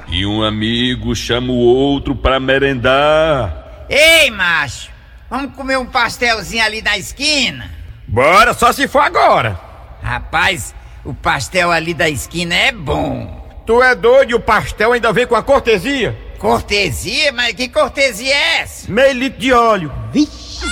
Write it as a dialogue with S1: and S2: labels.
S1: que um amigo chama o outro pra merendar.
S2: Ei, macho, vamos comer um pastelzinho ali da esquina?
S3: Bora, só se for agora.
S2: Rapaz, o pastel ali da esquina é bom.
S3: Tu é doido e o pastel ainda vem com a cortesia?
S2: Cortesia? Mas que cortesia é essa?
S3: Meio litro de óleo.
S4: Vixe!